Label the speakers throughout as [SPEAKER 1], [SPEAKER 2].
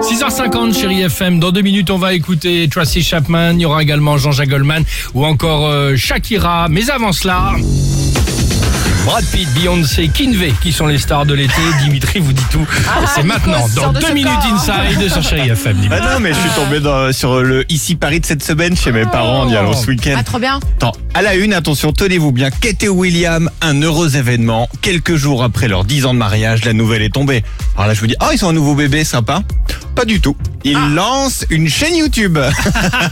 [SPEAKER 1] 7h50, chérie FM. Dans deux minutes, on va écouter Tracy Chapman. Il y aura également Jean-Jacques Goldman ou encore euh, Shakira. Mais avant cela. Brad Pitt, Beyoncé, Kinvey, qui sont les stars de l'été. Dimitri vous dit tout. C'est maintenant, dans
[SPEAKER 2] sort de
[SPEAKER 1] deux
[SPEAKER 2] ce
[SPEAKER 1] minutes
[SPEAKER 2] corps.
[SPEAKER 1] inside sur Chérie FM.
[SPEAKER 3] Ah non, mais je suis tombé dans- sur le Ici Paris de cette semaine chez mes parents en y allant ce week-end.
[SPEAKER 2] Ah, trop bien.
[SPEAKER 3] Attends, à la une, attention, tenez-vous bien, Kate et William, un heureux événement. Quelques jours après leurs 10 ans de mariage, la nouvelle est tombée. Alors là, je vous dis, oh, ils ont un nouveau bébé, sympa. Pas du tout. Ils
[SPEAKER 2] Ah.
[SPEAKER 3] lancent une chaîne YouTube.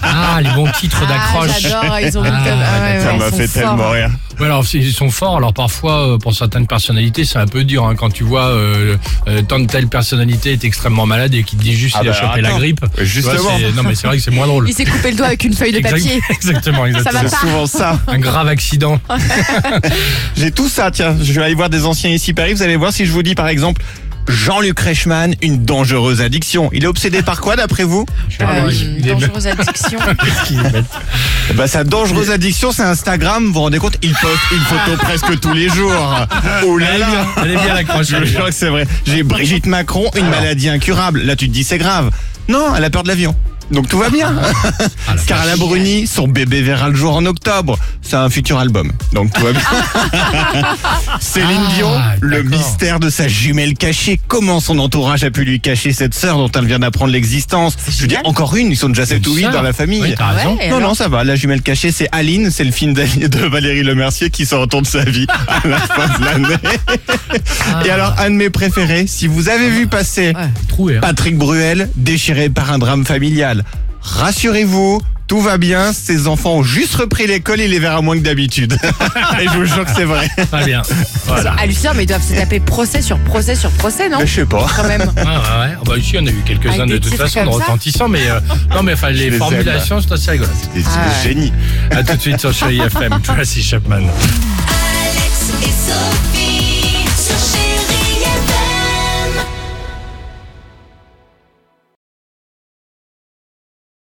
[SPEAKER 1] Ah, les bons titres
[SPEAKER 2] Ah,
[SPEAKER 1] d'accroche.
[SPEAKER 2] j'adore. Ils ont une
[SPEAKER 1] Ah,
[SPEAKER 2] telle- ah, ouais,
[SPEAKER 3] Ça
[SPEAKER 2] ouais,
[SPEAKER 3] m'a
[SPEAKER 2] ils sont
[SPEAKER 3] fait
[SPEAKER 2] forts.
[SPEAKER 3] tellement rire.
[SPEAKER 1] Ouais, alors c'est- ils sont forts. Alors parfois, euh, pour certaines personnalités, c'est un peu dur. hein. quand tu vois euh, euh, tant de telle personnalité est extrêmement malade et qui te dit juste
[SPEAKER 3] Ah
[SPEAKER 1] qu'il a
[SPEAKER 3] bah,
[SPEAKER 1] chopé la
[SPEAKER 3] attends.
[SPEAKER 1] grippe.
[SPEAKER 3] Ouais, justement.
[SPEAKER 1] Tu vois, c'est- non mais c'est vrai que c'est moins drôle.
[SPEAKER 2] Il s'est coupé le doigt avec une feuille de papier.
[SPEAKER 1] Exact- Exactement, exactement.
[SPEAKER 2] va Oh,
[SPEAKER 3] C'est souvent ça.
[SPEAKER 1] Un grave accident.
[SPEAKER 3] J'ai tout ça, tiens. Je vais aller voir des anciens ici Paris. Vous allez voir si je vous dis, par exemple, Jean-Luc Reichmann, une dangereuse addiction. Il est obsédé par quoi, d'après vous
[SPEAKER 2] Euh,
[SPEAKER 1] Ah, Il est
[SPEAKER 2] dangereuse addiction.
[SPEAKER 1] bête.
[SPEAKER 3] Bah, sa dangereuse addiction, c'est Instagram. Vous vous rendez compte, il poste une photo presque tous les jours. Oh là
[SPEAKER 1] Elle est bien,
[SPEAKER 3] là
[SPEAKER 1] elle est bien la croche.
[SPEAKER 3] Je vous jure que c'est vrai. J'ai Brigitte Macron, une maladie incurable. Là, tu te dis, c'est grave. Non, elle a peur de l'avion. Donc tout va bien.
[SPEAKER 1] Ah,
[SPEAKER 3] Carla Bruni, son bébé verra le jour en octobre. C'est un futur album. Donc tout va bien. Céline
[SPEAKER 1] Ah,
[SPEAKER 3] Dion, le
[SPEAKER 1] d'accord.
[SPEAKER 3] mystère de sa jumelle cachée. Comment son entourage a pu lui cacher cette sœur dont elle vient d'apprendre l'existence. Je veux dire,
[SPEAKER 2] génial.
[SPEAKER 3] encore une, ils sont déjà 7 ou 8 dans la famille.
[SPEAKER 1] Oui, t'as raison.
[SPEAKER 2] Ouais. Et
[SPEAKER 3] Non,
[SPEAKER 2] alors
[SPEAKER 3] non, ça va. La jumelle cachée, c'est Aline. C'est le film d'Ali- de Valérie Lemercier qui se retourne sa vie à la fin de l'année.
[SPEAKER 2] Ah.
[SPEAKER 3] Et alors, un de mes préférés, si vous avez vu passer
[SPEAKER 1] Troué. hein.
[SPEAKER 3] Patrick Bruel déchiré par un drame familial, rassurez-vous, tout va bien. Ses enfants ont juste repris l'école. Il les verra moins que d'habitude. Et je vous jure que c'est vrai.
[SPEAKER 1] Pas bien. Voilà.
[SPEAKER 2] Hallucinant, mais ils doivent se taper procès sur procès sur procès, non
[SPEAKER 3] Mais je sais pas.
[SPEAKER 2] Quand même.
[SPEAKER 1] Ouais, ouais, ouais. Ah Bah ici, on a eu quelques-uns
[SPEAKER 2] Avec
[SPEAKER 1] de
[SPEAKER 2] des
[SPEAKER 1] toute
[SPEAKER 2] titres
[SPEAKER 1] façon de
[SPEAKER 2] comme ça.
[SPEAKER 1] retentissants, mais euh, non, mais enfin les,
[SPEAKER 3] les aime.
[SPEAKER 1] formulations, c'est assez rigolo.
[SPEAKER 3] C'est
[SPEAKER 2] Ah.
[SPEAKER 3] le génie.
[SPEAKER 1] À tout de suite sur Chérie FM. Tracy Chapman.
[SPEAKER 4] Alex et Sophie.